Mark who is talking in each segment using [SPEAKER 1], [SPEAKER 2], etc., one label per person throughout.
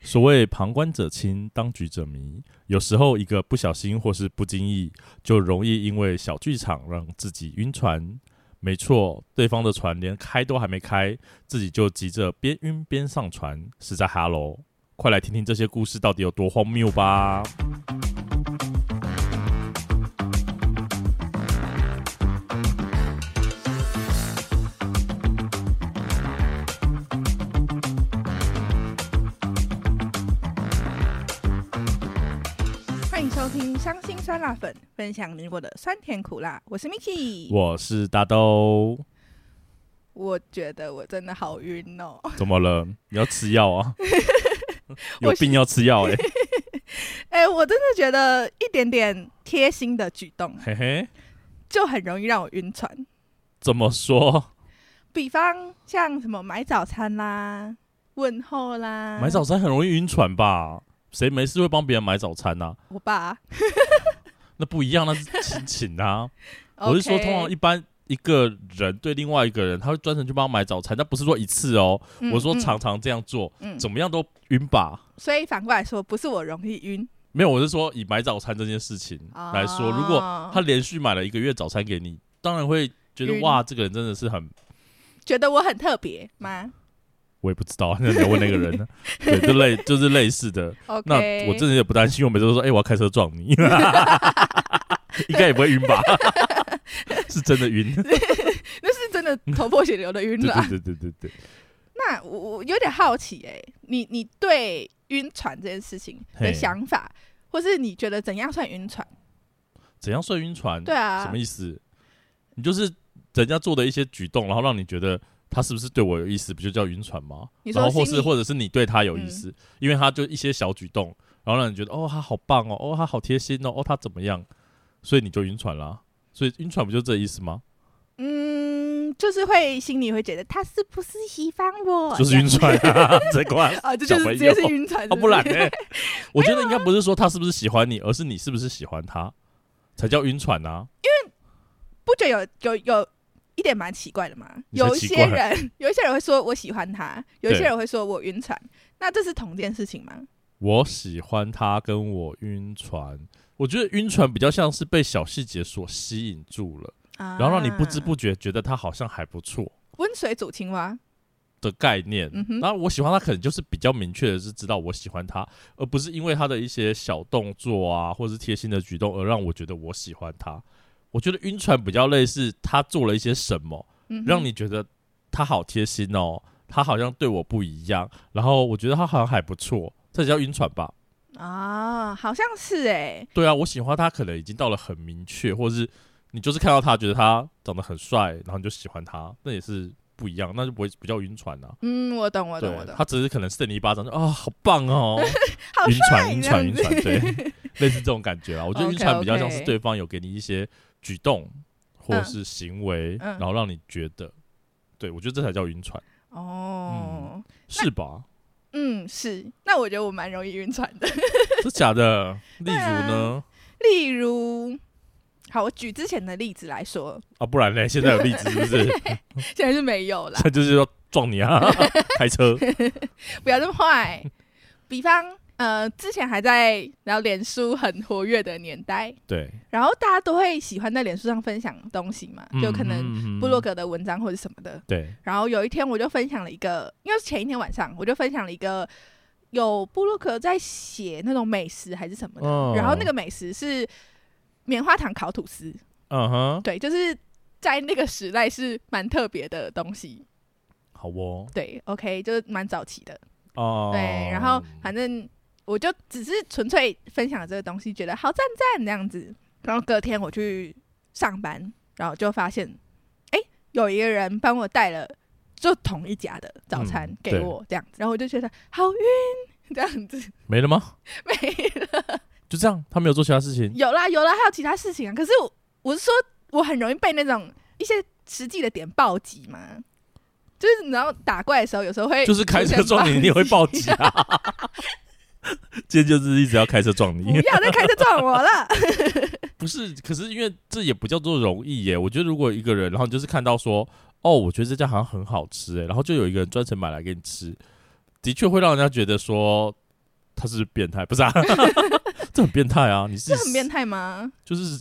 [SPEAKER 1] 所谓旁观者清，当局者迷，有时候一个不小心或是不经意，就容易因为小剧场让自己晕船。没错，对方的船连开都还没开，自己就急着边晕边上船，实在哈喽！快来听听这些故事到底有多荒谬 吧！
[SPEAKER 2] 欢迎收听《伤心酸辣粉》，分享你我的酸甜苦辣。我是 Miki，我
[SPEAKER 1] 我是大豆，
[SPEAKER 2] 觉得我真的好晕哦。
[SPEAKER 1] 怎么了？你要吃药啊？有
[SPEAKER 2] 我是
[SPEAKER 1] 病要吃药哎、
[SPEAKER 2] 哎、我真的觉得一点点贴心的举动
[SPEAKER 1] 嘿嘿，
[SPEAKER 2] 就很容易让我晕船。
[SPEAKER 1] 怎么说？
[SPEAKER 2] 比方像什么买早餐啦、问候啦，
[SPEAKER 1] 买早餐很容易晕船吧？谁没事会帮别人买早餐呐、啊
[SPEAKER 2] 我爸。
[SPEAKER 1] 那不一样，那是亲情 啊。我是说，通常一般一个人对另外一个人，他会专程去帮他买早餐，但不是说一次哦。
[SPEAKER 2] 嗯
[SPEAKER 1] 我说常，常这样做，
[SPEAKER 2] 嗯嗯
[SPEAKER 1] 怎么样都晕吧。
[SPEAKER 2] 所以反过来说，不是我容易晕
[SPEAKER 1] 没有，我是说以买早餐这件事情
[SPEAKER 2] 哦
[SPEAKER 1] 来说，如果他连续买了一个月早餐给你，当然会觉得
[SPEAKER 2] 晕
[SPEAKER 1] 哇，这个人真的是很……
[SPEAKER 2] 觉得我很特别吗
[SPEAKER 1] 我也不知道，那 你要问那个 人呢？啊对，就类就是类似的。
[SPEAKER 2] ？OK，
[SPEAKER 1] 那我真的也不担心，我每次都说，哎、我要开车撞 你，应该也不会晕吧？ 是真的晕，对
[SPEAKER 2] 那是真的头破血流的 晕啦。
[SPEAKER 1] 对对对对对。
[SPEAKER 2] 那我我有点好奇哎、你你对晕船这件事情
[SPEAKER 1] 嘿
[SPEAKER 2] 的想法，或是你觉得怎样算晕船？
[SPEAKER 1] 怎样算晕船？
[SPEAKER 2] 对啊
[SPEAKER 1] 什么意思？你就是人家做的一些举动，然后让你觉得他是不是对我有意思，不就叫晕船吗？
[SPEAKER 2] 你说
[SPEAKER 1] 然后或
[SPEAKER 2] 心嗯
[SPEAKER 1] 是
[SPEAKER 2] 里
[SPEAKER 1] 或者是你对他有意思，因为他就一些小举动，然后让你觉得哦，他好棒哦，哦，他好贴心哦，哦，他怎么样？所以你就晕船啦。所以晕船不就这意思吗？
[SPEAKER 2] 嗯，就是会心里会觉得他是不是喜欢我？
[SPEAKER 1] 就是
[SPEAKER 2] 这样
[SPEAKER 1] 晕船 啊，这个啊，
[SPEAKER 2] 啊，这就
[SPEAKER 1] 小
[SPEAKER 2] 是
[SPEAKER 1] 朋
[SPEAKER 2] 直接是
[SPEAKER 1] 友
[SPEAKER 2] 晕船
[SPEAKER 1] 啊不然 呢
[SPEAKER 2] 呢？？
[SPEAKER 1] 我觉得应该不是说他是不是喜欢你，而是你是不是喜欢他，才叫晕船啊。
[SPEAKER 2] 不觉得有有有一点蛮奇怪的吗？
[SPEAKER 1] 你才
[SPEAKER 2] 有一
[SPEAKER 1] 奇
[SPEAKER 2] 些
[SPEAKER 1] 怪
[SPEAKER 2] 人， 有一些人会说我喜欢他，有一些
[SPEAKER 1] 对
[SPEAKER 2] 人会说我晕船，那这是同件事情吗？
[SPEAKER 1] 我喜欢他跟我晕船，我觉得晕船比较像是被小细节所吸引住了，
[SPEAKER 2] 啊
[SPEAKER 1] 然后让你不知不觉觉得他好像还不错
[SPEAKER 2] 温水煮青蛙，
[SPEAKER 1] 的概念。
[SPEAKER 2] 嗯哼
[SPEAKER 1] 然后我喜欢他，可能就是比较明确的是知道我喜欢他，而不是因为他的一些小动作啊，或是贴心的举动而让我觉得我喜欢他。我觉得晕船比较类似他做了一些什么，
[SPEAKER 2] 嗯哼，
[SPEAKER 1] 让你觉得他好贴心哦，他好像对我不一样，然后我觉得他好像还不错，这叫晕船吧。
[SPEAKER 2] 啊，好像是哎、
[SPEAKER 1] 对啊，我喜欢他可能已经到了很明确，或者是你就是看到他觉得他长得很帅，然后你就喜欢他，那也是不一样，那就不会比较晕船啊。
[SPEAKER 2] 嗯，我懂，我
[SPEAKER 1] 对
[SPEAKER 2] 懂，我，懂。
[SPEAKER 1] 他只是可能扇你一巴掌，就啊、好棒哦，
[SPEAKER 2] 好
[SPEAKER 1] 晕船，
[SPEAKER 2] 帅
[SPEAKER 1] 晕
[SPEAKER 2] 这
[SPEAKER 1] 船，
[SPEAKER 2] 样
[SPEAKER 1] 晕船，
[SPEAKER 2] 子
[SPEAKER 1] 对，类似这种感觉啊。我觉得晕船比较像是
[SPEAKER 2] OK，OK
[SPEAKER 1] 对方有给你一些举动或者是行为，
[SPEAKER 2] 嗯
[SPEAKER 1] 然后让你觉得，对我觉得这才叫晕船，
[SPEAKER 2] 哦，
[SPEAKER 1] 是吧？
[SPEAKER 2] 嗯是。那我觉得我蛮容易晕船的。
[SPEAKER 1] 是假的？例如
[SPEAKER 2] 啊
[SPEAKER 1] 呢？
[SPEAKER 2] 例如，好，我举之前的例子来说，
[SPEAKER 1] 啊，不然嘞，现在有例子是不 是？
[SPEAKER 2] 现在是没有啦
[SPEAKER 1] 现，在就是要撞你啊， 开车。
[SPEAKER 2] 不要这么坏。比方，呃，之前还在然后脸书很活跃的年代，
[SPEAKER 1] 对，
[SPEAKER 2] 然后大家都会喜欢在脸书上分享东西嘛，就
[SPEAKER 1] 嗯
[SPEAKER 2] 可能
[SPEAKER 1] 能
[SPEAKER 2] 部落格的文章或者什么的。
[SPEAKER 1] 对，
[SPEAKER 2] 然后有一天我就分享了一个，因为是前一天晚上我就分享了一个有布洛克在写那种美食还是什么的，
[SPEAKER 1] 嗯
[SPEAKER 2] 然后那个美食是棉花糖烤吐司，
[SPEAKER 1] 嗯哼，
[SPEAKER 2] 对，就是在那个时代是蛮特别的东西，
[SPEAKER 1] 好哦，
[SPEAKER 2] 对，OK，就是蛮早期的，
[SPEAKER 1] 哦，
[SPEAKER 2] 对，然后反正我就只是纯粹分享这个东西，觉得好赞赞这样子，然后隔天我去上班，然后就发现，哎、有一个人帮我带了就同一家的早餐
[SPEAKER 1] 嗯
[SPEAKER 2] 给
[SPEAKER 1] 对
[SPEAKER 2] 我、这样子，然后我就觉得好晕 这样子，
[SPEAKER 1] 没了吗？
[SPEAKER 2] 没了，
[SPEAKER 1] 就这样，他没有做其他事情，
[SPEAKER 2] 有啦有啦，还有其他事情啊，可是我我是说我很容易被那种一些实际的点暴击嘛。就是你知道打怪的时候，有时候会
[SPEAKER 1] 就是开车撞你，你也会暴击啊。 今天就是一直要开车撞
[SPEAKER 2] 不
[SPEAKER 1] 你，
[SPEAKER 2] 要再开车撞我了。
[SPEAKER 1] 不是？可是因为这也不叫做容易耶。我觉得如果一个人，然后你就是看到说，哦，我觉得这家好像很好吃哎，然后就有一个人专程买来给你吃，的确会让人家觉得说，他是变态，不是啊？ 这很变态啊！你是
[SPEAKER 2] 这很变态吗？
[SPEAKER 1] 就是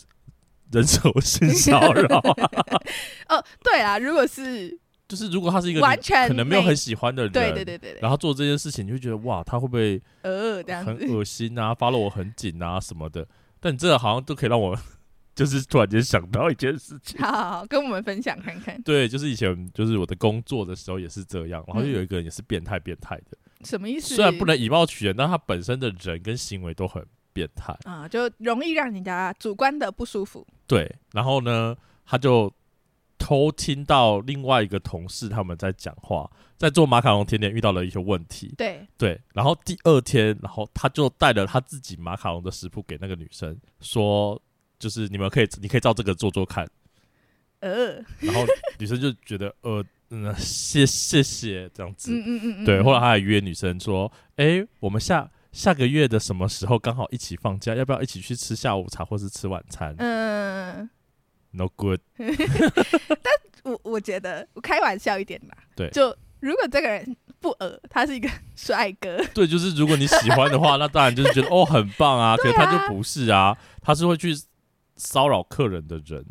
[SPEAKER 1] 人手性骚扰啊，
[SPEAKER 2] 哦，对啦，如果是
[SPEAKER 1] 就是如果他是一个
[SPEAKER 2] 完
[SPEAKER 1] 你
[SPEAKER 2] 全
[SPEAKER 1] 可能没有很喜欢的人，
[SPEAKER 2] 对对对对对，
[SPEAKER 1] 然后做这件事情，你会觉得哇，他会不会
[SPEAKER 2] 呃这样
[SPEAKER 1] 很
[SPEAKER 2] 子，
[SPEAKER 1] 恶心啊，发了我很紧啊什么的？但你这好像都可以让我 就是突然间想到一件事 情。
[SPEAKER 2] 好好好，跟我们分享看看
[SPEAKER 1] 对，就是以前就是我的工作的时候也是这样，然后就
[SPEAKER 2] 嗯
[SPEAKER 1] 有一个人也是变态变态的，
[SPEAKER 2] 什么意思？
[SPEAKER 1] 虽然不能以貌取人，但他本身的人跟行为都很变态。
[SPEAKER 2] 啊，就容易让人家主观的不舒服。
[SPEAKER 1] 对，然后呢，他就偷听到另外一个同事他们在讲话，在做马卡龙甜点遇到了一些问题。
[SPEAKER 2] 对，
[SPEAKER 1] 对，然后第二天，然后他就带了他自己马卡龙的食谱给那个女生，说就是你们可以，你可以照这个做做看。
[SPEAKER 2] 呃，嗯
[SPEAKER 1] 然后女生就觉得呃，嗯，谢谢谢这样子。
[SPEAKER 2] 嗯嗯嗯，
[SPEAKER 1] 对，
[SPEAKER 2] 嗯
[SPEAKER 1] 后来他还约女生说，诶，我们下下个月的什么时候刚好一起放假，要不要一起去吃下午茶或是吃晚餐、
[SPEAKER 2] 嗯，
[SPEAKER 1] n o good。
[SPEAKER 2] 我我觉得我开玩笑一点吧。
[SPEAKER 1] 对
[SPEAKER 2] 就如果这个人不恶，他是一个 帅哥，
[SPEAKER 1] 对，就是如果你喜欢的话，那当然就是觉得哦很棒 啊。可是他就不是啊，他是会去骚扰客人的人，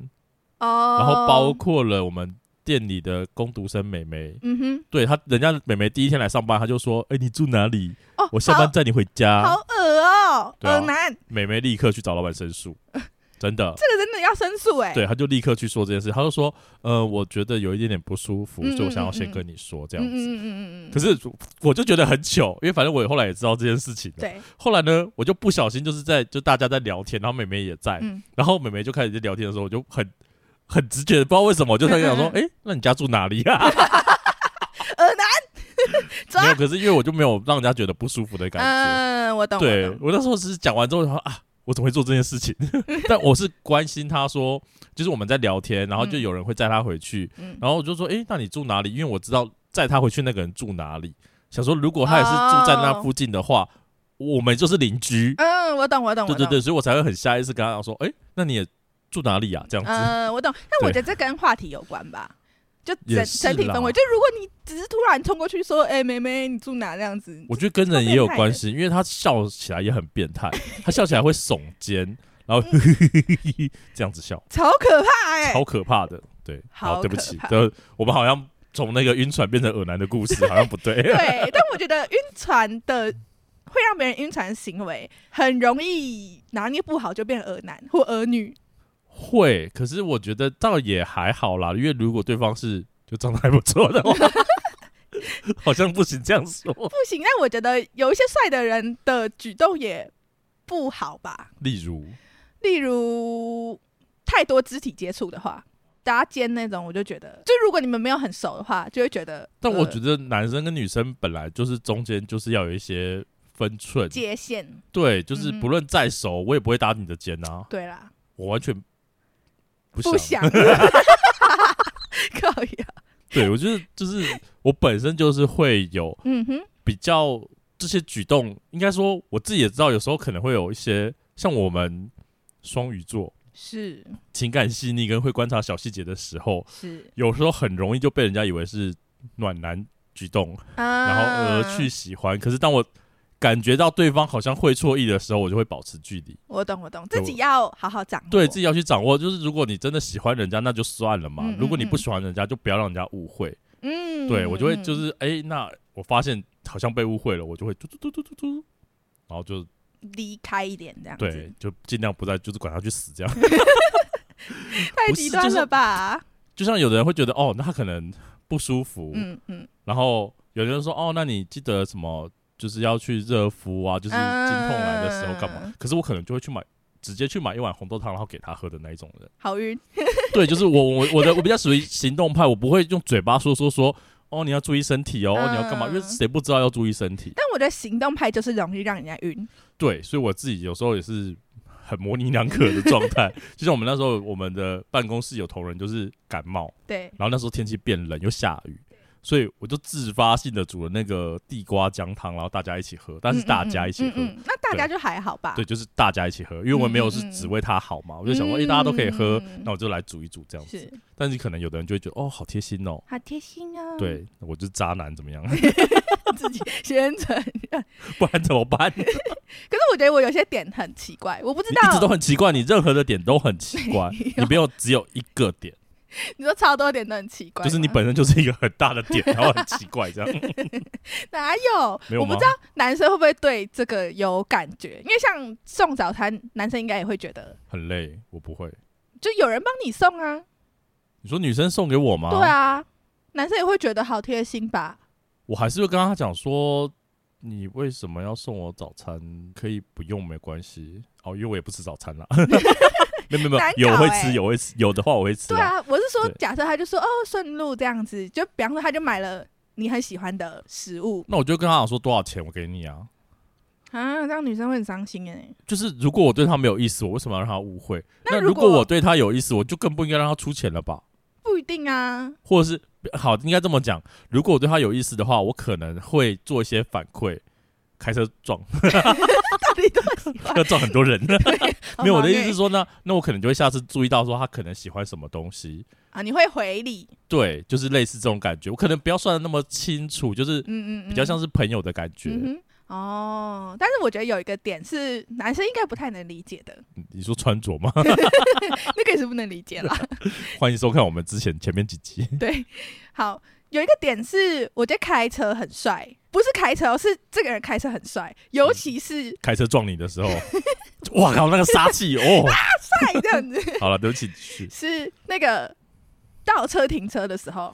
[SPEAKER 2] 哦，
[SPEAKER 1] 然后包括了我们店里的工读生美眉。
[SPEAKER 2] 嗯
[SPEAKER 1] 对他，人家美眉第一天来上班，他就说：“哎、你住哪里？
[SPEAKER 2] 哼，哦，
[SPEAKER 1] 我下班载你回
[SPEAKER 2] 好
[SPEAKER 1] 家。
[SPEAKER 2] 好恶哦，
[SPEAKER 1] 对啊
[SPEAKER 2] 恶男，”
[SPEAKER 1] 美眉立刻去找老板申 诉，真的。
[SPEAKER 2] 这个真的要申诉哎。
[SPEAKER 1] 对，他啊就立刻去说这件事，他就说：“呃，我觉得有一点点不舒服，
[SPEAKER 2] 嗯
[SPEAKER 1] 所以我想要先
[SPEAKER 2] 嗯嗯
[SPEAKER 1] 跟你说这
[SPEAKER 2] 嗯，
[SPEAKER 1] 样
[SPEAKER 2] 嗯
[SPEAKER 1] 子。
[SPEAKER 2] 嗯嗯嗯嗯，
[SPEAKER 1] 啊可是我就觉得很糗，因为反正我后来也知道这件事情了。
[SPEAKER 2] 对，
[SPEAKER 1] 后来呢，我就不小心就是在就大家在聊天，然后美美也在，
[SPEAKER 2] 嗯，
[SPEAKER 1] 然后美美就开始在聊天的时候，我就很很直觉的，不知道为什么，我就在想说，
[SPEAKER 2] 嗯
[SPEAKER 1] 哎、那你家住哪里啊？
[SPEAKER 2] 恶男， 抓
[SPEAKER 1] 没有，可是因为我就没有让人家觉得不舒服的感
[SPEAKER 2] 嗯，我
[SPEAKER 1] 觉。
[SPEAKER 2] 懂，
[SPEAKER 1] 对
[SPEAKER 2] 我懂
[SPEAKER 1] 我那时候是讲完之后，我想说啊，我怎么会做这件事 情？但我是关心他说，就是我们在聊天，然后就
[SPEAKER 2] 嗯
[SPEAKER 1] 有人会载他回去，
[SPEAKER 2] 嗯，
[SPEAKER 1] 然后我就说，哎、那你住哪里？因为我知道载他回去那个人住哪里，想说如果他也是住在那
[SPEAKER 2] 哦
[SPEAKER 1] 附近的话，我们就是邻居。
[SPEAKER 2] 嗯，我懂，我懂，
[SPEAKER 1] 对
[SPEAKER 2] 我
[SPEAKER 1] 对
[SPEAKER 2] 懂
[SPEAKER 1] 啊对，所以我才会很下意识跟他讲说，哎、那你也住哪里啊？这样子，
[SPEAKER 2] 嗯，我懂。但我觉得这跟话题有关吧，就整
[SPEAKER 1] 也是
[SPEAKER 2] 整体
[SPEAKER 1] 啦
[SPEAKER 2] 氛围。就如果你只是突然冲过去说：“哎、妹妹，你住哪？”那样子，
[SPEAKER 1] 我觉得跟人也有关系，因为他笑起来也很变 态，他笑起来会耸肩，然后 这样子笑，
[SPEAKER 2] 超可怕哎、
[SPEAKER 1] 超可怕的。对，
[SPEAKER 2] 好
[SPEAKER 1] 好，对不
[SPEAKER 2] 可
[SPEAKER 1] 起
[SPEAKER 2] 怕，
[SPEAKER 1] 对，我们好像从那个晕船变成耳男的故事，好像不 对。
[SPEAKER 2] 对，但我觉得晕船的会让别人晕船的行为，很容易拿捏不好就变成儿男或儿女。
[SPEAKER 1] 会，可是我觉得倒也还好啦，因为如果对方是就长得还不错 的话，好像不行这样说。
[SPEAKER 2] 不行，但我觉得有一些帅的人的举动也不好吧，
[SPEAKER 1] 例如，
[SPEAKER 2] 例如太多肢体接触的话。搭肩那种，我就觉得，就如果你们没有很熟的话，就会觉得。
[SPEAKER 1] 但我
[SPEAKER 2] 呃
[SPEAKER 1] 觉得男生跟女生本来就是中间就是要有一些分寸，
[SPEAKER 2] 界限，
[SPEAKER 1] 对，就是
[SPEAKER 2] 嗯
[SPEAKER 1] 不论再熟，我也不会搭你的肩啊，
[SPEAKER 2] 对啦，
[SPEAKER 1] 我完全不
[SPEAKER 2] 不
[SPEAKER 1] 想。
[SPEAKER 2] 想， 靠呀，
[SPEAKER 1] 对我觉得就是我本身就是会有
[SPEAKER 2] 嗯哼，
[SPEAKER 1] 比较这些举动，应该说我自己也知道，有时候可能会有一些像我们双鱼座
[SPEAKER 2] 是
[SPEAKER 1] 情感细腻跟会观察小细节的时候，
[SPEAKER 2] 是，
[SPEAKER 1] 有时候很容易就被人家以为是暖男举动，
[SPEAKER 2] 啊
[SPEAKER 1] 然后而去喜欢。可是当我感觉到对方好像会错意的时候，我就会保持距离。
[SPEAKER 2] 我懂我懂，
[SPEAKER 1] 对
[SPEAKER 2] 自
[SPEAKER 1] 我
[SPEAKER 2] 己要好好掌握，
[SPEAKER 1] 对自己要去掌握，就是如果你真的喜欢人家，那就算了嘛。
[SPEAKER 2] 嗯嗯
[SPEAKER 1] 如果你
[SPEAKER 2] 嗯
[SPEAKER 1] 不喜欢人家，就不要让人家误会。
[SPEAKER 2] 嗯，
[SPEAKER 1] 对我就会
[SPEAKER 2] 嗯
[SPEAKER 1] 就是哎、诶那我发现好像被误会了，我就会嘟嘟嘟嘟嘟嘟，然后就
[SPEAKER 2] 离开一点这样子，
[SPEAKER 1] 对，就尽量不再就是管他去死这样。
[SPEAKER 2] 太
[SPEAKER 1] 不
[SPEAKER 2] 极
[SPEAKER 1] 是
[SPEAKER 2] 端
[SPEAKER 1] 就是
[SPEAKER 2] 了吧？
[SPEAKER 1] 就像有的人会觉得哦，那他可能不舒服，
[SPEAKER 2] 嗯嗯，
[SPEAKER 1] 然后有人说哦，那你记得什么就是要去热敷啊，就是经痛来的时候干嘛？
[SPEAKER 2] 嗯
[SPEAKER 1] 可是我可能就会去买。直接去买一碗红豆汤，然后给他喝的那一种人，
[SPEAKER 2] 好晕，
[SPEAKER 1] 对，就是我我我的我比较属于行动派，我不会用嘴巴说说说哦你要注意身体哦，哦你要干嘛？因为
[SPEAKER 2] 嗯
[SPEAKER 1] 谁不知道要注意身体？
[SPEAKER 2] 但我觉得行动派就是容易让人家晕，
[SPEAKER 1] 对，所以我自己有时候也是很模棱两可的状态。 就像我们那时候，我们的办公室有同仁就是感冒，
[SPEAKER 2] 对，
[SPEAKER 1] 然后那时候天气变冷又下雨，所以我就自发性的煮了那个地瓜姜汤，然后大家一起喝，但是大家一起喝，
[SPEAKER 2] 嗯嗯嗯嗯那大家就还好吧？
[SPEAKER 1] 对，就是大家一起喝，因为我也没有是只为他好嘛，我就想说，哎、大家都可以喝，
[SPEAKER 2] 嗯
[SPEAKER 1] 那我就来煮一煮这样子。
[SPEAKER 2] 是
[SPEAKER 1] 但是可能有的人就会觉得，哦，好贴心哦，
[SPEAKER 2] 好贴心啊！，
[SPEAKER 1] 对我就是渣男怎么样，
[SPEAKER 2] 自己先承认。
[SPEAKER 1] 不然怎么 办？你
[SPEAKER 2] 可是我觉得我有些点很奇怪，我不知
[SPEAKER 1] 一直都
[SPEAKER 2] 道，
[SPEAKER 1] 很奇怪，你任何的点都很 奇怪，
[SPEAKER 2] 没有
[SPEAKER 1] 你没有只有一个点，
[SPEAKER 2] 你说超多点都很奇怪吗，
[SPEAKER 1] 就是你本身就是一个很大的点，然后很奇怪这样。
[SPEAKER 2] 哪有？
[SPEAKER 1] 没有
[SPEAKER 2] 我不
[SPEAKER 1] 吗
[SPEAKER 2] 知道男生会不会对这个有感觉，因为像送早餐，男生应该也会觉得，
[SPEAKER 1] 很累，我不会。
[SPEAKER 2] 就有人帮你送啊，
[SPEAKER 1] 你说女生送给我吗？
[SPEAKER 2] 对，啊，男生也会觉得好贴心吧？
[SPEAKER 1] 我还是会跟他讲说，你为什么要送我早餐？可以不用没关系哦，因为我也不吃早餐 啦。没有没有没
[SPEAKER 2] 难搞
[SPEAKER 1] 有，有会
[SPEAKER 2] 欸
[SPEAKER 1] 吃，有会吃，有的话我会吃
[SPEAKER 2] 对
[SPEAKER 1] 啊。
[SPEAKER 2] 啊，我是说
[SPEAKER 1] 对，
[SPEAKER 2] 假设他就说哦顺路这样子，就比方说他就买了你很喜欢的食物
[SPEAKER 1] 那我就跟他讲说多少钱我给你啊。
[SPEAKER 2] 啊，让女生会很伤心哎、
[SPEAKER 1] 就是如果我对他没有意思，我为什么要让他误会？
[SPEAKER 2] 那
[SPEAKER 1] 那如
[SPEAKER 2] 如
[SPEAKER 1] 果
[SPEAKER 2] 果
[SPEAKER 1] 我对他有意思，我就更不应该让他出钱了吧？
[SPEAKER 2] 不一定啊，
[SPEAKER 1] 或者是好，应该这么讲，如果我对他有意思的话，我可能会做一些反馈，开车 撞，
[SPEAKER 2] 到底多喜 欢？
[SPEAKER 1] 要撞很多人。
[SPEAKER 2] 好
[SPEAKER 1] 没有，我
[SPEAKER 2] 忙
[SPEAKER 1] 的意思
[SPEAKER 2] 欸
[SPEAKER 1] 是说呢，那我可能就会下次注意到说他可能喜欢什么东西，
[SPEAKER 2] 啊，你会回礼，
[SPEAKER 1] 对，就是类似这种感觉。我可能不要算的那么清楚，就是
[SPEAKER 2] 嗯嗯嗯，
[SPEAKER 1] 比较像是朋友的感觉。
[SPEAKER 2] 嗯哼，哦，但是我觉得有一个点是男生应该不太能理解的，
[SPEAKER 1] 你说穿着吗？
[SPEAKER 2] 那个也是不能理解啦。
[SPEAKER 1] 欢迎收看我们之前前面几集。
[SPEAKER 2] 对，好，有一个点是，我觉得开车很帅，不是开车哦，是这个人开车很帅，尤其是
[SPEAKER 1] 开车撞你的时候，哇靠，那个杀气哦！
[SPEAKER 2] 帅这样 子，
[SPEAKER 1] 好了，对不起，是
[SPEAKER 2] 是那个倒车停车的时候，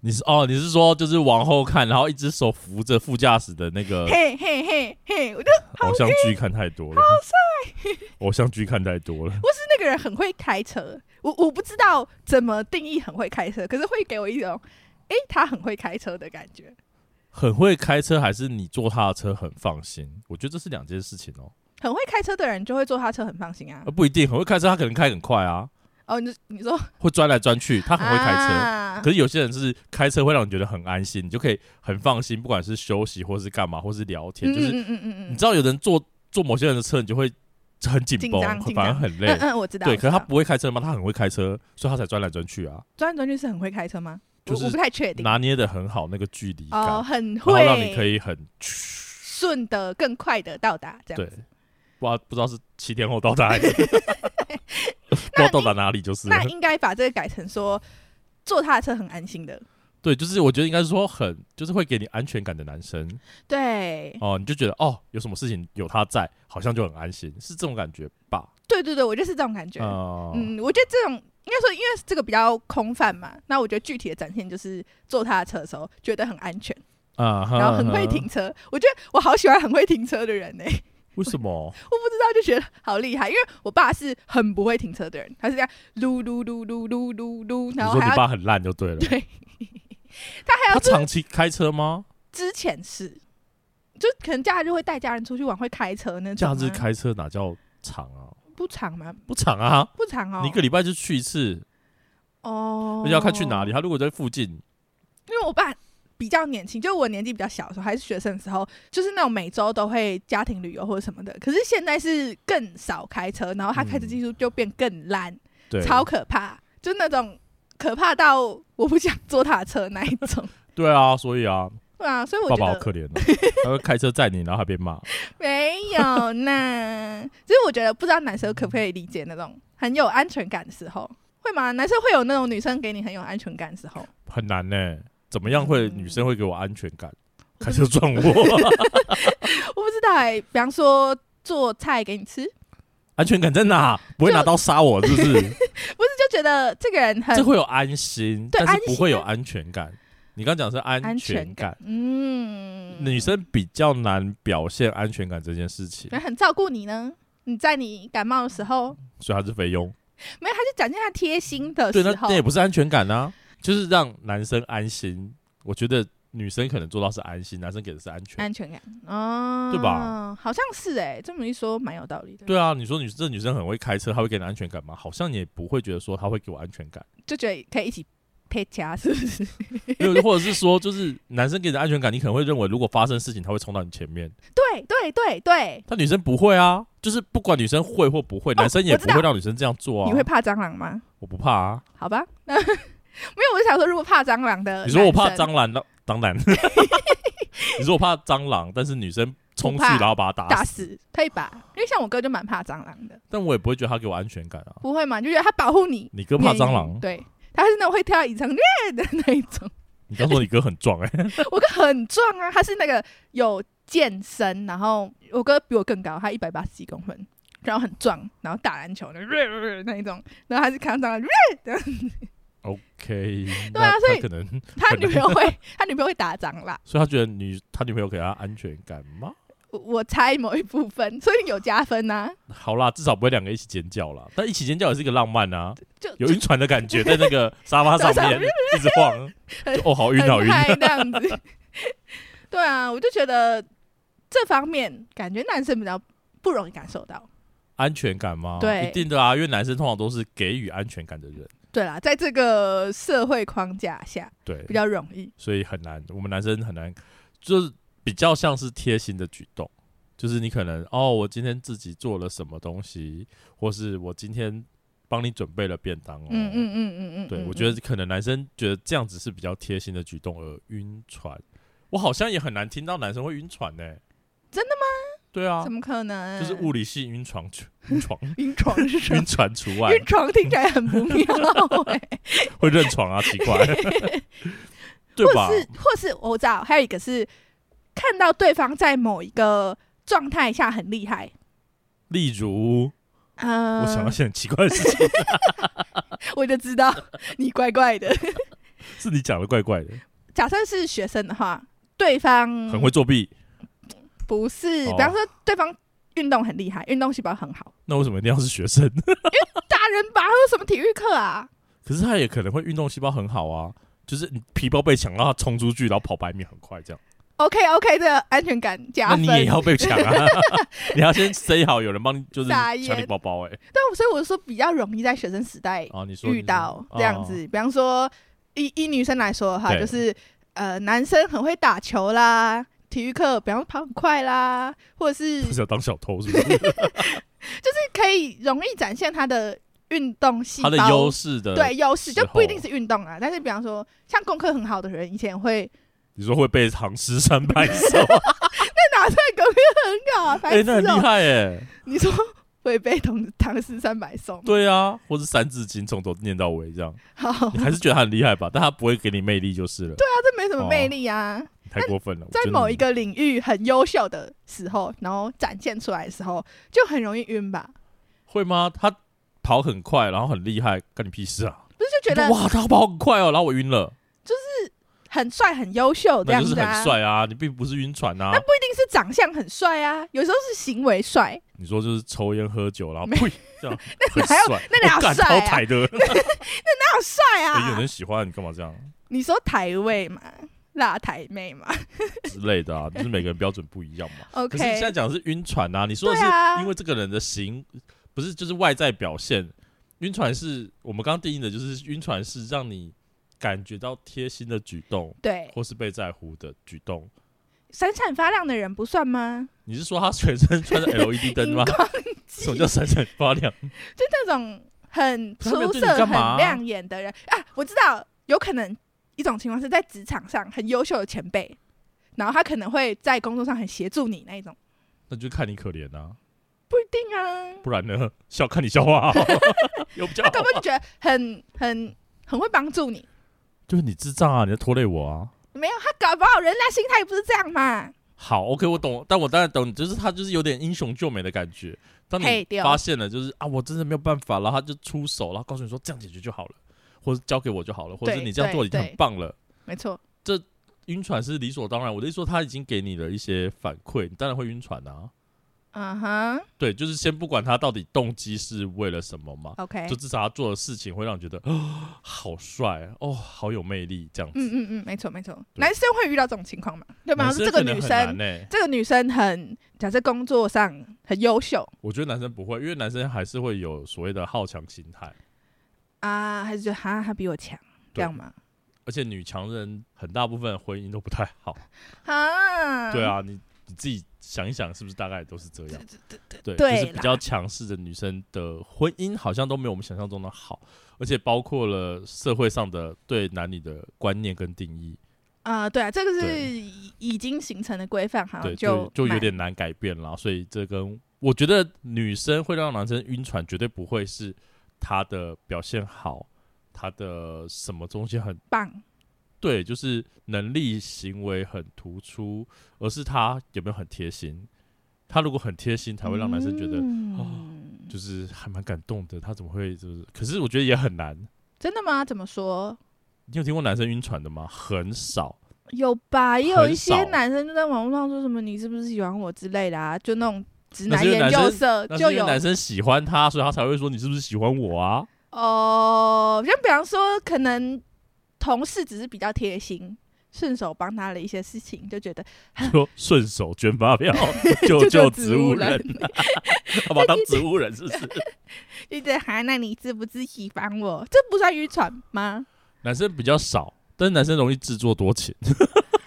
[SPEAKER 1] 你是哦，你是说就是往后看，然后一只手扶着副驾驶的那个
[SPEAKER 2] 嘿嘿嘿嘿，我就
[SPEAKER 1] 偶像剧看太多了，好帅！偶像剧看太多了，
[SPEAKER 2] 不是那个人很会开车，我我不知道怎么定义很会开车，可是会给我一种。诶，他很会开车的感觉
[SPEAKER 1] 很会开车还是你坐他的车很放心？我觉得这是两件事情哦。
[SPEAKER 2] 很会开车的人就会坐他车很放心啊
[SPEAKER 1] 呃，。不一定，很会开车，他可能开很快啊，
[SPEAKER 2] 哦，你你说
[SPEAKER 1] 会钻来钻去，他很会开车。
[SPEAKER 2] 啊
[SPEAKER 1] 可是有些人是开车会让你觉得很安心，你就可以很放心，不管是休息或是干嘛，或是聊天，
[SPEAKER 2] 嗯
[SPEAKER 1] 就是
[SPEAKER 2] 嗯嗯嗯
[SPEAKER 1] 你
[SPEAKER 2] 嗯
[SPEAKER 1] 知道有人坐坐某些人的车，你就会很紧绷
[SPEAKER 2] 紧张，紧
[SPEAKER 1] 反
[SPEAKER 2] 张
[SPEAKER 1] 而很累。
[SPEAKER 2] 嗯嗯，我知道。
[SPEAKER 1] 对，
[SPEAKER 2] 我
[SPEAKER 1] 可
[SPEAKER 2] 知
[SPEAKER 1] 是他
[SPEAKER 2] 道
[SPEAKER 1] 不会开车吗？他很会开车，所以他才钻来钻去啊，
[SPEAKER 2] 专业专军是很会开车吗？
[SPEAKER 1] 就
[SPEAKER 2] 我我
[SPEAKER 1] 是
[SPEAKER 2] 不太确定。
[SPEAKER 1] 拿捏的很好那个距离感，
[SPEAKER 2] 哦，很
[SPEAKER 1] 然后
[SPEAKER 2] 会，
[SPEAKER 1] 让你可以很
[SPEAKER 2] 顺的更快的到达这样
[SPEAKER 1] 对
[SPEAKER 2] 子。，
[SPEAKER 1] 不知道不知道是七天后到达还 是，不知道到达哪里就是了
[SPEAKER 2] 那。应该把这个改成说，坐他的车很安心的。
[SPEAKER 1] 对，就是我觉得应该是说很，就是会给你安全感的男生
[SPEAKER 2] 对，
[SPEAKER 1] 哦，你就觉得哦，有什么事情有他在，好像就很安心，是这种感觉吧？
[SPEAKER 2] 对对对，我就是这种感觉。
[SPEAKER 1] 啊、
[SPEAKER 2] 嗯，我觉得这种应该说，因为这个比较空泛嘛，那我觉得具体的展现就是坐他的车的时候觉得很安全，
[SPEAKER 1] 啊哈，
[SPEAKER 2] 嗯然后很会
[SPEAKER 1] 哈
[SPEAKER 2] 停。车。我觉得我好喜欢很会停车的人呢、
[SPEAKER 1] 为什么？
[SPEAKER 2] 我不知道就觉得好厉害，因为我爸是很不会停车的人，他是这样噜噜噜噜噜噜噜，
[SPEAKER 1] 你
[SPEAKER 2] 然后
[SPEAKER 1] 说你
[SPEAKER 2] 还要
[SPEAKER 1] 爸很烂就对了。
[SPEAKER 2] 对 他
[SPEAKER 1] 他
[SPEAKER 2] 还要
[SPEAKER 1] 长期开车吗？
[SPEAKER 2] 之前是，就可能假日会带家人出去玩，会开车那种
[SPEAKER 1] 假
[SPEAKER 2] 啊。
[SPEAKER 1] 日开车哪叫长啊？
[SPEAKER 2] 不长吗？
[SPEAKER 1] 不长啊，
[SPEAKER 2] 不长哦，
[SPEAKER 1] 你一个礼拜就去一次，
[SPEAKER 2] 哦
[SPEAKER 1] 而，且要看去哪里。。他如果在附近，
[SPEAKER 2] 因为我爸比较年轻，就我年纪比较小的时候，还是学生的时候，就是那种每周都会家庭旅游或者什么的。可是现在是更少开车，然后他开车技术就变更烂，
[SPEAKER 1] 对，
[SPEAKER 2] 超可怕，就那种可怕到我不想坐他的车那一种。
[SPEAKER 1] 对啊，所以啊，
[SPEAKER 2] 对啊，所以我
[SPEAKER 1] 爸
[SPEAKER 2] 觉
[SPEAKER 1] 爸好
[SPEAKER 2] 得
[SPEAKER 1] 可怜哦， 他会开车载你，然后还被骂。
[SPEAKER 2] 没有呢，只是我觉得不知道男生可不可以理解那种很有安全感的时候，会吗？男生会有那种女生给你很有安全感的时候，
[SPEAKER 1] 很难呢、怎么样会
[SPEAKER 2] 嗯
[SPEAKER 1] 女生会给我安全感？开车撞 我，
[SPEAKER 2] 我不知道哎、比方说做菜给你吃，
[SPEAKER 1] 安全感在哪？不会拿刀杀我是不是？
[SPEAKER 2] 不是就觉得这个人很
[SPEAKER 1] 这会有安心，
[SPEAKER 2] 嗯对
[SPEAKER 1] 但是
[SPEAKER 2] 安
[SPEAKER 1] 不
[SPEAKER 2] 心
[SPEAKER 1] 会有
[SPEAKER 2] 啊
[SPEAKER 1] 安全感。你刚讲的是安
[SPEAKER 2] 安
[SPEAKER 1] 全
[SPEAKER 2] 全
[SPEAKER 1] 感，
[SPEAKER 2] 嗯，
[SPEAKER 1] 女生比较难表现安全感这件事情，
[SPEAKER 2] 人很照顾你呢。你在你感冒的时候，
[SPEAKER 1] 所以她是菲佣。
[SPEAKER 2] 没有，他就展现他贴心的
[SPEAKER 1] 对，
[SPEAKER 2] 时
[SPEAKER 1] 那
[SPEAKER 2] 候
[SPEAKER 1] 那，也不是安全感啊，就是让男生安心。我觉得女生可能做到是安心，男生给的是安全。
[SPEAKER 2] 安全感哦，
[SPEAKER 1] 对吧？
[SPEAKER 2] 好像是哎、这么一说蛮有道理的，
[SPEAKER 1] 对啊，你说女这女 生很会开车，她会给你安全感吗？好像也不会觉得说她会给我安全感。
[SPEAKER 2] 就觉得可以一起配掐，是不 是？
[SPEAKER 1] 因为或者是说，就是男生给你的安全感，你可能会认为如果发生事情，他会冲到你前面，
[SPEAKER 2] 对对对对，
[SPEAKER 1] 但女生不会啊，就是不管女生会或不会，男生也
[SPEAKER 2] 哦我知
[SPEAKER 1] 不会
[SPEAKER 2] 道
[SPEAKER 1] 让女生这样做啊。
[SPEAKER 2] 你会怕蟑螂吗？
[SPEAKER 1] 我不怕啊。
[SPEAKER 2] 好吧， 那没有，我就想说，如果怕蟑螂的，
[SPEAKER 1] 你说我怕，蟑螂，那当 然。你说我怕蟑螂，但是女生冲去
[SPEAKER 2] 不怕
[SPEAKER 1] 然后把它
[SPEAKER 2] 打
[SPEAKER 1] 打死，
[SPEAKER 2] 死可以吧？因为像我哥就蛮怕蟑螂的，
[SPEAKER 1] 但我也不会觉得他给我安全感啊。
[SPEAKER 2] 不会嘛？你就觉得他保护你，
[SPEAKER 1] 你哥怕蟑螂，
[SPEAKER 2] 对，他是那种会跳隐藏月的那一种。
[SPEAKER 1] 你刚说你哥很壮哎、
[SPEAKER 2] 我哥很壮啊，他是那个有健身，然后我哥比我更高，他一百八十几公分，然后很壮，然后打篮球的那一种，然后他是看到蟑螂
[SPEAKER 1] OK，那
[SPEAKER 2] 对啊所以
[SPEAKER 1] 他可能，
[SPEAKER 2] 他女朋友会，他女朋友会打蟑螂，
[SPEAKER 1] 所以他觉得女他女朋友给他安全感吗？
[SPEAKER 2] 我我猜某一部分，所以有加分啊呐、
[SPEAKER 1] 好啦，至少不会两个一起尖叫啦。但一起尖叫也是一个浪漫啊，
[SPEAKER 2] 就
[SPEAKER 1] 有晕船的感觉，在那 个沙发上面一直晃，
[SPEAKER 2] 很
[SPEAKER 1] 就哦好晕好
[SPEAKER 2] 很
[SPEAKER 1] 晕。
[SPEAKER 2] 嗨这样子。 对啊，我就觉得这方面感觉男生比较不容易感受到。
[SPEAKER 1] 安全感吗？
[SPEAKER 2] 对
[SPEAKER 1] 一定的啊，因为男生通常都是给予安全感的人，
[SPEAKER 2] 对啦，在这个社会框架下
[SPEAKER 1] 对
[SPEAKER 2] 比，较容易。
[SPEAKER 1] 所以很难，我们男生很难，就是比较像是贴心的举动，就是你可能哦，我今天自己做了什么东西，或是我今天帮你准备了便当哦，
[SPEAKER 2] 嗯嗯嗯嗯嗯，
[SPEAKER 1] 对，
[SPEAKER 2] 嗯
[SPEAKER 1] 我觉得可能男生觉得这样子是比较贴心的举动而晕船，我好像也很难听到男生会晕船呢、
[SPEAKER 2] 真的
[SPEAKER 1] 吗？对啊
[SPEAKER 2] 怎，么可能？
[SPEAKER 1] 就是物理性晕船除， 晕船
[SPEAKER 2] 晕床是什么
[SPEAKER 1] 晕？船除外，
[SPEAKER 2] 晕床听起来很不 妙、欸，
[SPEAKER 1] 会认床啊，奇 怪，对吧
[SPEAKER 2] 或？是或是我知道，还有一个是看到对方在某一个状态下很厉害。
[SPEAKER 1] 例如，
[SPEAKER 2] 嗯、
[SPEAKER 1] 我想到一些很奇怪的事情，
[SPEAKER 2] 我就知 道你怪怪的。
[SPEAKER 1] 是你讲的怪怪的，
[SPEAKER 2] 假设是学生的话，对方
[SPEAKER 1] 很会作弊，
[SPEAKER 2] 不是，
[SPEAKER 1] 哦
[SPEAKER 2] 比方说对方运动很厉害，运动细胞很好，
[SPEAKER 1] 那为什么一定要是学生？
[SPEAKER 2] 大人吧，还有什么体育课啊？
[SPEAKER 1] 可是他也可能会运动细胞很好啊，就是你皮包被抢，然后他冲出去，然后跑百米很快这样，
[SPEAKER 2] OK OK 的安全感加
[SPEAKER 1] 那
[SPEAKER 2] 分，
[SPEAKER 1] 你也要被抢 啊， 你要先 say 好，有人帮你就是
[SPEAKER 2] 傻眼
[SPEAKER 1] 抢你包包哎、欸，
[SPEAKER 2] 但我所以我说比较容易在学生时代
[SPEAKER 1] 啊，你说
[SPEAKER 2] 遇到这样，
[SPEAKER 1] 你说哦
[SPEAKER 2] 子，比方说以以女生来说的话，
[SPEAKER 1] 对
[SPEAKER 2] 就是呃男生很会打球啦，体育课比方说跑很快啦，或者是
[SPEAKER 1] 哦不是要当小偷是不 是？
[SPEAKER 2] 可以容易展现他的运动细
[SPEAKER 1] 他
[SPEAKER 2] 胞
[SPEAKER 1] 的优势的，
[SPEAKER 2] 对，优势，
[SPEAKER 1] 时
[SPEAKER 2] 就不一
[SPEAKER 1] 候
[SPEAKER 2] 定是运动啊。但是比方说，像功课很好的人，以前会
[SPEAKER 1] 你说会被唐诗三百 首，
[SPEAKER 2] 那哎哪算功课很好啊？
[SPEAKER 1] 哎、
[SPEAKER 2] 白痴
[SPEAKER 1] 那很厉
[SPEAKER 2] 哦、
[SPEAKER 1] 害哎、
[SPEAKER 2] 你说会被唐唐诗三百首？
[SPEAKER 1] 对啊，或是三字经从头念到尾这样，
[SPEAKER 2] 好，
[SPEAKER 1] 你还是觉得他很厉害吧？但他不会给你魅力就是了。对啊，
[SPEAKER 2] 那这没什么魅力啊。
[SPEAKER 1] 太过分哦了。我觉
[SPEAKER 2] 在
[SPEAKER 1] 得
[SPEAKER 2] 某
[SPEAKER 1] 你
[SPEAKER 2] 一个领域很优秀的时候，然后展现出来的时候，就很容易晕吧？
[SPEAKER 1] 会吗？他跑很快，然后很厉害，干你屁事啊！
[SPEAKER 2] 不是就觉得
[SPEAKER 1] 哇，他跑很快哦，然后我晕了，
[SPEAKER 2] 很帅、很优秀
[SPEAKER 1] 那
[SPEAKER 2] 这样
[SPEAKER 1] 就是
[SPEAKER 2] 子啊？
[SPEAKER 1] 很帅啊，你并不是晕船啊
[SPEAKER 2] 那。不一定是长相很帅啊，有时候是行为帅。
[SPEAKER 1] 你说就是抽烟喝酒，然后
[SPEAKER 2] 没
[SPEAKER 1] 呸，这样很
[SPEAKER 2] 哪有
[SPEAKER 1] 帅，
[SPEAKER 2] 那哪有
[SPEAKER 1] 我干
[SPEAKER 2] 帅
[SPEAKER 1] 超
[SPEAKER 2] 啊
[SPEAKER 1] 台的，
[SPEAKER 2] 那有帅
[SPEAKER 1] 哎有
[SPEAKER 2] 啊！
[SPEAKER 1] 人喜欢你干嘛这样
[SPEAKER 2] 你说台位嘛，辣台妹嘛
[SPEAKER 1] 之类的啊？就是每个人标准不一样嘛。可是你现在
[SPEAKER 2] ？OK，
[SPEAKER 1] 讲的是晕船啊，你说的
[SPEAKER 2] 对啊
[SPEAKER 1] 是因为这个人的行，不是就是外在表现。晕船是我们刚刚定义的，就是晕船是让你感觉到贴心的举动，
[SPEAKER 2] 对，
[SPEAKER 1] 或是被在乎的举动。
[SPEAKER 2] 闪闪发亮的人不算吗？
[SPEAKER 1] 你是说他全身 穿着 LED 灯吗
[SPEAKER 2] 荧？ 光
[SPEAKER 1] 什么叫闪闪发亮？
[SPEAKER 2] 就那种很
[SPEAKER 1] 可是他没有
[SPEAKER 2] 出
[SPEAKER 1] 对你
[SPEAKER 2] 色、
[SPEAKER 1] 干
[SPEAKER 2] 很
[SPEAKER 1] 嘛啊
[SPEAKER 2] 亮眼的人啊，我知道有可能一种情况是在职场上很优秀的前辈，然后他可能会在工作上很协助你那一种，
[SPEAKER 1] 那就看你可怜啊，
[SPEAKER 2] 不一定啊，
[SPEAKER 1] 不然呢？ 笑看你笑话、啊， 有比较好
[SPEAKER 2] 搞不好就觉得很很很会帮助你，
[SPEAKER 1] 就是你智障啊，你在拖累我啊。
[SPEAKER 2] 没有他搞不好人家心态不是这样嘛，
[SPEAKER 1] 好，OK，我懂，但我当然懂你，就是他就是有点英雄救美的感觉。当
[SPEAKER 2] 嘿
[SPEAKER 1] 你
[SPEAKER 2] 对哦
[SPEAKER 1] 发现了，就是啊，我真的没有办法，然后他就出手，然后告诉你说这样解决就好了，或者交给我就好了，或者是
[SPEAKER 2] 对
[SPEAKER 1] 你这样做已经
[SPEAKER 2] 对
[SPEAKER 1] 很棒了。
[SPEAKER 2] 没错，
[SPEAKER 1] 晕船是理所当然，我的意思说他已经给你了一些反馈，你当然会晕船啊。
[SPEAKER 2] 嗯哼
[SPEAKER 1] 对，就是先不管他到底动机是为了什么嘛，
[SPEAKER 2] ，OK，
[SPEAKER 1] 就至少他做的事情会让你觉得啊好帅哦，好有魅力这样子。
[SPEAKER 2] 嗯嗯嗯，没错没错，
[SPEAKER 1] 对
[SPEAKER 2] 男生会遇到这种情况嘛，对吧？
[SPEAKER 1] 男生
[SPEAKER 2] 说这个
[SPEAKER 1] 可能
[SPEAKER 2] 女
[SPEAKER 1] 很
[SPEAKER 2] 生
[SPEAKER 1] 难。欸
[SPEAKER 2] 这个女生很，假设工作上很优秀
[SPEAKER 1] 我觉得男生不会，因为男生还是会有所谓的好强心态。
[SPEAKER 2] 啊，还是觉得哈她比我强，这
[SPEAKER 1] 对
[SPEAKER 2] 样吗？
[SPEAKER 1] 而且女强人很大部分婚姻都不太好。
[SPEAKER 2] 啊，
[SPEAKER 1] 对，啊，你你自己想一想，是不是大概都是这样？对，
[SPEAKER 2] 对
[SPEAKER 1] 就是比
[SPEAKER 2] 啦
[SPEAKER 1] 较强势的女生的婚姻好像都没有我们想象中的好，而且包括了社会上的对男女的观念跟定义，
[SPEAKER 2] 啊、对啊，这个是
[SPEAKER 1] 对
[SPEAKER 2] 已已经形成的规范，好
[SPEAKER 1] 对，
[SPEAKER 2] 像
[SPEAKER 1] 就就有
[SPEAKER 2] 蛮
[SPEAKER 1] 点难改变啦。所以这跟我觉得女生会让男生晕船，绝对不会是她的表现好，她的什么东西很
[SPEAKER 2] 棒，
[SPEAKER 1] 对，就是能力行为很突出，而是她有没有很贴心。她如果很贴心，才会让男生觉得。
[SPEAKER 2] 嗯
[SPEAKER 1] 就是还蛮感动的。他怎么会就是？可是我觉得也很难。
[SPEAKER 2] 真的吗？怎么说？
[SPEAKER 1] 你有听过男生晕船的吗？很少。
[SPEAKER 2] 有吧，也有
[SPEAKER 1] 很
[SPEAKER 2] 一些
[SPEAKER 1] 少
[SPEAKER 2] 男生就在网络上说什么“你是不是喜欢我”之类的啊，就那种直
[SPEAKER 1] 那是
[SPEAKER 2] 男
[SPEAKER 1] 因为
[SPEAKER 2] 研
[SPEAKER 1] 男
[SPEAKER 2] 究
[SPEAKER 1] 生
[SPEAKER 2] 社
[SPEAKER 1] 那是
[SPEAKER 2] 呃就
[SPEAKER 1] 因为
[SPEAKER 2] 有
[SPEAKER 1] 男生喜欢他，所以他才会说你是不是喜欢我啊？
[SPEAKER 2] 哦。就比方说，可能同事只是比较贴心，顺手帮他了一些事情， 就觉得
[SPEAKER 1] 说顺手捐发 票救
[SPEAKER 2] 就
[SPEAKER 1] 救
[SPEAKER 2] 救
[SPEAKER 1] 植
[SPEAKER 2] 植
[SPEAKER 1] 物
[SPEAKER 2] 物
[SPEAKER 1] 人， 他把他当植物人是不是？
[SPEAKER 2] 就觉得哈，那你自不自喜欢我？这不算晕船吗？
[SPEAKER 1] 男生比较少，但是男生容易自作多情。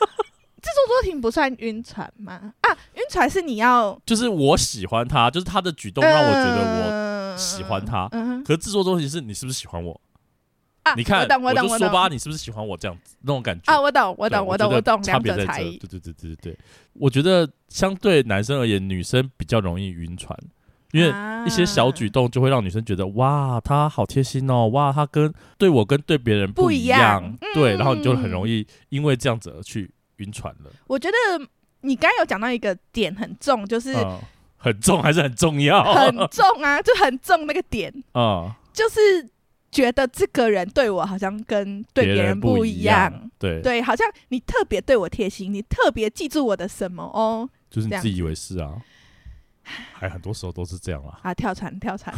[SPEAKER 2] 做作停不算晕船吗？啊，晕船是你要
[SPEAKER 1] 就是我喜欢他，就是他的举动让我觉得我喜欢他。
[SPEAKER 2] 嗯哼
[SPEAKER 1] 可是自作多情是你是不是喜欢我？
[SPEAKER 2] 啊，
[SPEAKER 1] 你看，
[SPEAKER 2] 我懂，我懂，
[SPEAKER 1] 就
[SPEAKER 2] 我
[SPEAKER 1] 说吧，
[SPEAKER 2] 懂
[SPEAKER 1] 你是不是喜欢我这样子那种感觉
[SPEAKER 2] 啊，我懂，我
[SPEAKER 1] 对
[SPEAKER 2] 懂，我
[SPEAKER 1] 觉
[SPEAKER 2] 懂，
[SPEAKER 1] 得
[SPEAKER 2] 我懂，
[SPEAKER 1] 差
[SPEAKER 2] 两
[SPEAKER 1] 别
[SPEAKER 2] 者
[SPEAKER 1] 在
[SPEAKER 2] 差
[SPEAKER 1] 这。
[SPEAKER 2] 异
[SPEAKER 1] 对。对对对对对，我觉得相对男生而言，女生比较容易晕船，因为一些小嗯举
[SPEAKER 2] 啊
[SPEAKER 1] 动就会让女生觉得哇，他好贴心哦，哇，他跟对我跟对别人
[SPEAKER 2] 不
[SPEAKER 1] 一
[SPEAKER 2] 一样
[SPEAKER 1] 对，
[SPEAKER 2] 嗯
[SPEAKER 1] 然后你就很容易因为这样子而去晕船了，
[SPEAKER 2] 我觉得你刚刚有讲到一个点很重，就是
[SPEAKER 1] 嗯， 很重还是很重要，
[SPEAKER 2] 很重啊，就很重那个点，
[SPEAKER 1] 嗯，
[SPEAKER 2] 就是觉得这个人对我好像跟对别人
[SPEAKER 1] 嗯不
[SPEAKER 2] 一
[SPEAKER 1] 样
[SPEAKER 2] 样。，
[SPEAKER 1] 对，
[SPEAKER 2] 对，好像你特别对我贴心，你特别记住我的什么哦？
[SPEAKER 1] 就是你
[SPEAKER 2] 这样
[SPEAKER 1] 自以为是啊，还很多时候都是这样啦，
[SPEAKER 2] 啊，跳船，跳船，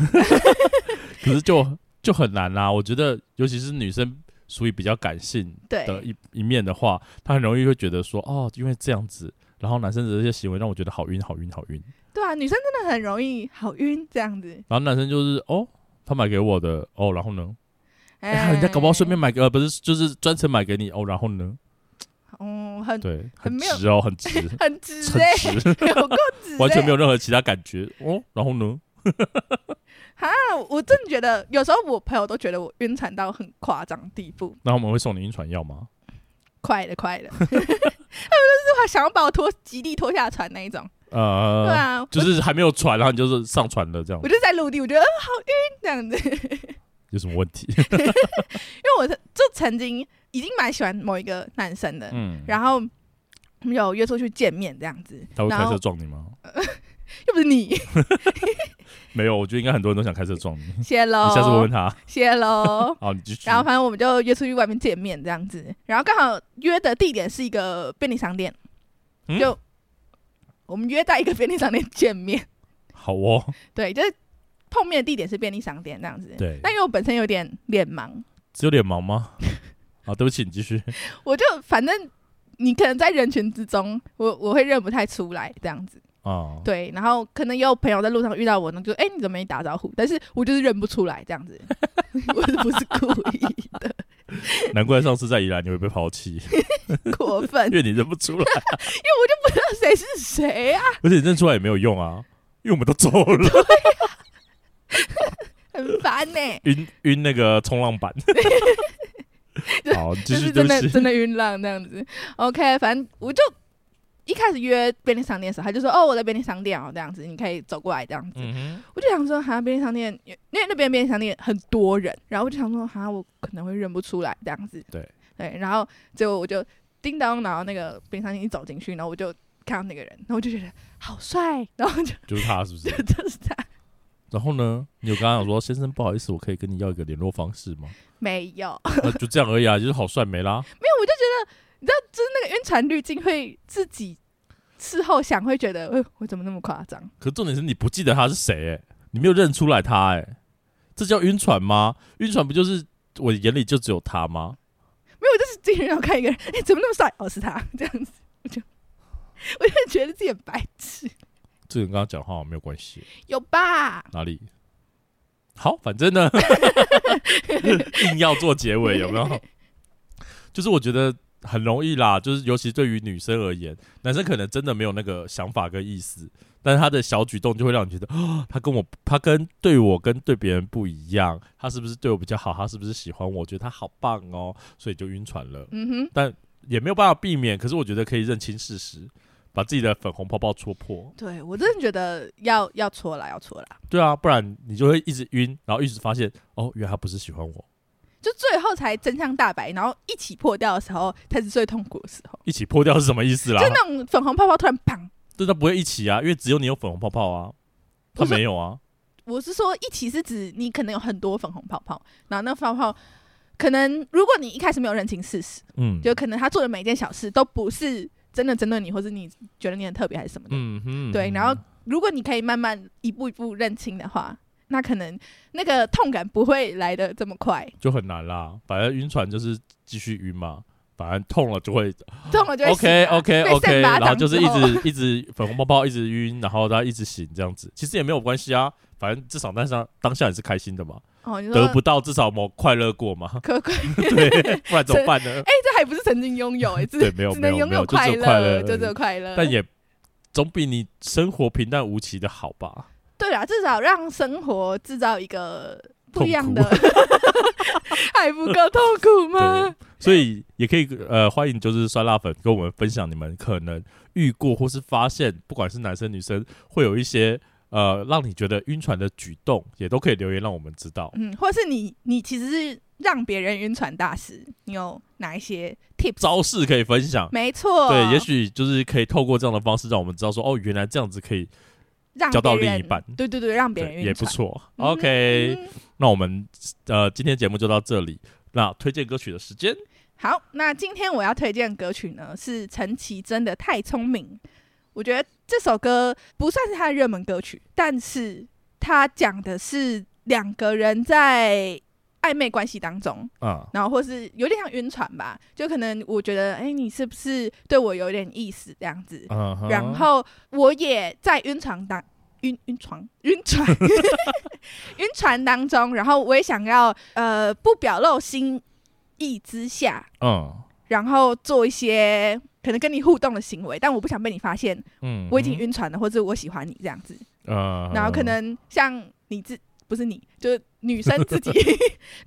[SPEAKER 1] 可是就就很难啦，我觉得尤其是女生属于比较感性的
[SPEAKER 2] 对，
[SPEAKER 1] 一一面的话，他很容易会觉得说，哦，因为这样子，然后男生的这些行为让我觉得好晕，好晕，好晕。
[SPEAKER 2] 对啊，女生真的很容易好晕这样子。
[SPEAKER 1] 然后男生就是，哦，他买给我的，哦，然后呢？ 哎、
[SPEAKER 2] 哎
[SPEAKER 1] 人家搞不好顺便买给，呃，不是，就是专程买给你，哦，然后呢？
[SPEAKER 2] 嗯，很
[SPEAKER 1] 对，
[SPEAKER 2] 很
[SPEAKER 1] 很
[SPEAKER 2] 没有
[SPEAKER 1] 直哦，很直，
[SPEAKER 2] 很直哎、
[SPEAKER 1] 很直，
[SPEAKER 2] 有够 直、欸，
[SPEAKER 1] 完全没有任何其他感觉。哦，然后呢？
[SPEAKER 2] 哈，我真的觉得有时候我朋友都觉得我晕船到很夸张的地步，
[SPEAKER 1] 那我们会送你晕船药吗？
[SPEAKER 2] 快了快 了，他们就是想要把我拖极力拖下船那一种，
[SPEAKER 1] 呃，
[SPEAKER 2] 对啊，
[SPEAKER 1] 就
[SPEAKER 2] 我
[SPEAKER 1] 是还没有船，然后你就是上船了，这样
[SPEAKER 2] 我就在陆地，我觉得、呃、好晕这样子， 因
[SPEAKER 1] 有什么问 题？
[SPEAKER 2] 为我就曾经已经蛮喜欢某一个男生的，
[SPEAKER 1] 嗯，
[SPEAKER 2] 然后。我们有约出去见面这样子，
[SPEAKER 1] 他会
[SPEAKER 2] 然
[SPEAKER 1] 开车
[SPEAKER 2] 后
[SPEAKER 1] 撞你吗？
[SPEAKER 2] 又不是你，
[SPEAKER 1] 没有，我觉得应该很多人都想开车撞你。 你
[SPEAKER 2] 谢喽，
[SPEAKER 1] 下次问问他。
[SPEAKER 2] 谢喽。
[SPEAKER 1] 好，你继续。
[SPEAKER 2] 然后反正我们就约出去外面见面这样子，然后刚好约的地点是一个便利商店，
[SPEAKER 1] 嗯
[SPEAKER 2] 就我们约在一个便利商店见面，
[SPEAKER 1] 好哦，
[SPEAKER 2] 对，就是碰面的地点是便利商店这样子。
[SPEAKER 1] 对
[SPEAKER 2] 但因为我本身有点脸盲，
[SPEAKER 1] 只有脸盲吗？ 啊，对不起，你继续。
[SPEAKER 2] 我就反正你可能在人群之中，我我会认不太出来这样子，
[SPEAKER 1] 啊，
[SPEAKER 2] 对。然后可能也有朋友在路上遇到我呢，就哎、你怎么没打招呼？但是我就是认不出来这样子， 我是不是故意的？
[SPEAKER 1] 难怪上次在宜兰你会被抛弃，
[SPEAKER 2] 过分
[SPEAKER 1] 因，为你认不出来，
[SPEAKER 2] 那谁是谁啊？
[SPEAKER 1] 而且你认出来也没有用啊，因为我们都走 了，
[SPEAKER 2] 很烦呢、
[SPEAKER 1] 晕晕那个冲浪板。好，你继
[SPEAKER 2] 就
[SPEAKER 1] 续，
[SPEAKER 2] 是
[SPEAKER 1] 对
[SPEAKER 2] 真
[SPEAKER 1] 不
[SPEAKER 2] 的
[SPEAKER 1] 起。
[SPEAKER 2] 真的晕浪这样子。OK，反正我就一开始约便利商店的时候，他就说：“哦，我在便利商店哦，这样子，你可以走过来这样子。
[SPEAKER 1] 嗯
[SPEAKER 2] 我就想说：“哈，便利商店，因为那边便利商店很多人，然后我就想说：‘哈，我可能会认不出来这样子。
[SPEAKER 1] 对
[SPEAKER 2] 对，然后结果我就叮当，然后那个便利商店一走进去，然后我就看到那个人，然后我就觉得好帅，然后就
[SPEAKER 1] 哼，就是他是不是？
[SPEAKER 2] 就就是他
[SPEAKER 1] 然后呢，你有刚刚有说，先生不好意思，我可以跟你要一个联络方式 吗？
[SPEAKER 2] 没有，
[SPEAKER 1] 啊，就这样而已啊，就是好帅没啦。
[SPEAKER 2] 那个晕船滤镜会自己事后想会觉得，呃，我怎么那么夸张？
[SPEAKER 1] 可重点是你不记得他是谁，哎，你没有认出来他，哎，这叫晕船吗？晕船不就是我眼里就只有他吗？
[SPEAKER 2] 没有，我就是进去然后看一个人，哎、怎么那么帅？哦，是他这样子，我就我就觉得自己很白痴，
[SPEAKER 1] 这个跟刚刚讲话好像没有关系，
[SPEAKER 2] 有吧？
[SPEAKER 1] 哪里？ 好，反正呢，硬要做结尾有没有？就是我觉得很容易啦，就是尤其对于女生而言，男生可能真的没有那个想法跟意思，但是他的小举动就会让你觉得， 啊他跟我，他跟对我跟对别人不一样，他是不是对我比较好？他是不是喜欢我？我觉得他好棒哦，所以就晕船了，
[SPEAKER 2] 嗯哼，
[SPEAKER 1] 也没有办法避免。可是我觉得可以认清事实，把自己的粉红泡泡戳破。
[SPEAKER 2] 对我真的觉得要要戳啦，要戳啦，
[SPEAKER 1] 对啊，不然你就会一直晕，然后一直发现，哦，原来他不是喜欢我。
[SPEAKER 2] 就最后才真相大白，然后一起破掉的时候才是最痛苦的时候，
[SPEAKER 1] 一起破掉是什么意思啦？
[SPEAKER 2] 就那种粉红泡泡突然砰。
[SPEAKER 1] 对，他不会一起啊，因为只有你有粉红泡泡啊，他
[SPEAKER 2] 不是
[SPEAKER 1] 没有啊。
[SPEAKER 2] 我是说，一起是指你可能有很多粉红泡泡，然后那泡泡可能如果你一开始没有认清事实，
[SPEAKER 1] 嗯，
[SPEAKER 2] 就可能他做的每一件小事都不是真的针对你，或是你觉得你很特别还是什么的。
[SPEAKER 1] 嗯哼，
[SPEAKER 2] 对，
[SPEAKER 1] 嗯
[SPEAKER 2] 然后如果你可以慢慢一步一步认清的话，那可能那个痛感不会来的这么快，
[SPEAKER 1] 就很难啦。反正晕船就是继续晕嘛，反正痛了就会
[SPEAKER 2] 痛了就会醒
[SPEAKER 1] OK
[SPEAKER 2] 啊
[SPEAKER 1] OK
[SPEAKER 2] 被
[SPEAKER 1] OK，
[SPEAKER 2] 扇巴掌
[SPEAKER 1] 然后就是
[SPEAKER 2] 之
[SPEAKER 1] 一
[SPEAKER 2] 后
[SPEAKER 1] 直一直粉红泡泡一直晕，然后他一直醒这样子，其实也没有关系啊，反正至少当下当下也是开心的嘛，
[SPEAKER 2] 哦，你
[SPEAKER 1] 得
[SPEAKER 2] 说，
[SPEAKER 1] 不到至少我快乐过嘛
[SPEAKER 2] 可 快，
[SPEAKER 1] 对，不然怎么办呢？
[SPEAKER 2] 这还不是曾经拥有哎、只
[SPEAKER 1] 对没有
[SPEAKER 2] 只
[SPEAKER 1] 没
[SPEAKER 2] 能
[SPEAKER 1] 有
[SPEAKER 2] 拥
[SPEAKER 1] 没有就只
[SPEAKER 2] 快
[SPEAKER 1] 有快乐
[SPEAKER 2] 就只
[SPEAKER 1] 而
[SPEAKER 2] 有
[SPEAKER 1] 已
[SPEAKER 2] 快乐，
[SPEAKER 1] 但也总比你生活平淡无奇的好吧？
[SPEAKER 2] 对啦，至少让生活制造一个不一样
[SPEAKER 1] 痛苦
[SPEAKER 2] 的， 还不够痛苦吗？
[SPEAKER 1] 所以也可以呃，欢迎就是酸辣粉跟我们分享你们可能遇过或是发现，不管是男生女生，会有一些呃让你觉得晕船的举动，也都可以留言让我们知道。
[SPEAKER 2] 嗯，或是你你其实是让别人晕船大师，你有哪一些 tips？
[SPEAKER 1] 招式可以分享，
[SPEAKER 2] 没错，
[SPEAKER 1] 对，也许就是可以透过这样的方式，让我们知道说，哦，原来这样子可以
[SPEAKER 2] 让
[SPEAKER 1] 交到
[SPEAKER 2] 别
[SPEAKER 1] 另一
[SPEAKER 2] 人
[SPEAKER 1] 半
[SPEAKER 2] 对对对，让别人
[SPEAKER 1] 对，
[SPEAKER 2] 晕
[SPEAKER 1] 也不
[SPEAKER 2] 船。
[SPEAKER 1] 错。
[SPEAKER 2] 嗯
[SPEAKER 1] OK，、
[SPEAKER 2] 嗯
[SPEAKER 1] 那我们呃今天节目就到这里。那推荐歌曲的时间，
[SPEAKER 2] 好，那今天我要推荐歌曲呢是陈绮贞的《太聪明》，我觉得这首歌不算是她的热门歌曲，但是它讲的是两个人在暧昧关系当中，
[SPEAKER 1] 啊，
[SPEAKER 2] 然后或是有点像晕船吧，就可能我觉得，哎、你是不是对我有点意思这样子？
[SPEAKER 1] 嗯哼
[SPEAKER 2] 然后我也在晕船当晕晕船晕船 晕船当中，然后我也想要呃不表露心意之下，
[SPEAKER 1] 嗯
[SPEAKER 2] 然后做一些可能跟你互动的行为，但我不想被你发现
[SPEAKER 1] 嗯
[SPEAKER 2] 我已经晕船了，或者我喜欢你这样子。
[SPEAKER 1] 呃，
[SPEAKER 2] 然后可能像你自不是你，就是女生自 己，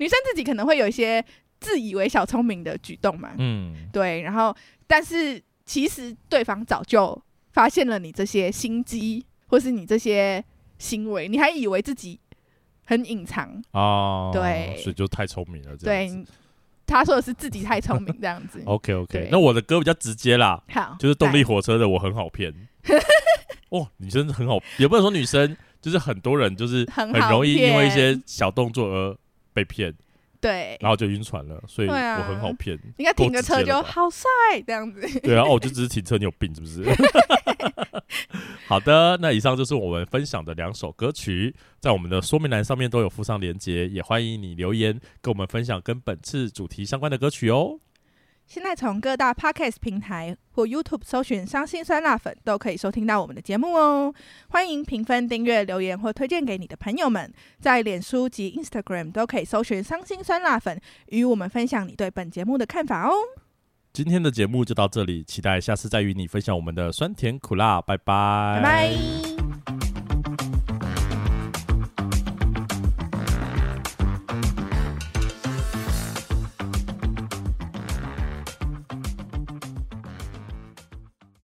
[SPEAKER 2] 女生自己可能会有一些自以为小聪明的举动嘛。
[SPEAKER 1] 嗯
[SPEAKER 2] 对，然后但是其实对方早就发现了你这些心机，或是你这些行为，你还以为自己很隐藏。
[SPEAKER 1] 哦，
[SPEAKER 2] 对
[SPEAKER 1] 所以就太聪明了，这样子。
[SPEAKER 2] 对，他说的是自己太聪明这样子
[SPEAKER 1] OK OK，
[SPEAKER 2] 对
[SPEAKER 1] 那我的歌比较直接啦，
[SPEAKER 2] 好，
[SPEAKER 1] 就是动力
[SPEAKER 2] 来
[SPEAKER 1] 火车的我很好 骗。哦，女生很好，也不能说女生，就是很多人就是
[SPEAKER 2] 很
[SPEAKER 1] 很
[SPEAKER 2] 好
[SPEAKER 1] 容易因为一
[SPEAKER 2] 骗
[SPEAKER 1] 些小动作而被骗，
[SPEAKER 2] 对，
[SPEAKER 1] 然后就晕船了，所以我
[SPEAKER 2] 对啊
[SPEAKER 1] 很好骗。
[SPEAKER 2] 应该停个车
[SPEAKER 1] 够直接
[SPEAKER 2] 就
[SPEAKER 1] 了吧
[SPEAKER 2] 好帅这样子。
[SPEAKER 1] 对啊，哦，我就只是停车，你有病是不 是？好的，那以上就是我们分享的两首歌曲，在我们的说明栏上面都有附上连结，也欢迎你留言跟我们分享跟本次主题相关的歌曲哦。
[SPEAKER 2] 现在从各大 podcast 平台或 YouTube 搜寻“伤心酸辣粉”，都可以收听到我们的节目哦。欢迎评分、订阅、留言或推荐给你的朋友们。在脸书及 Instagram 都可以搜寻“伤心酸辣粉”，与我们分享你对本节目的看法哦。
[SPEAKER 1] 今天的节目就到这里，期待下次再与你分享我们的酸甜苦辣，拜
[SPEAKER 2] 拜拜。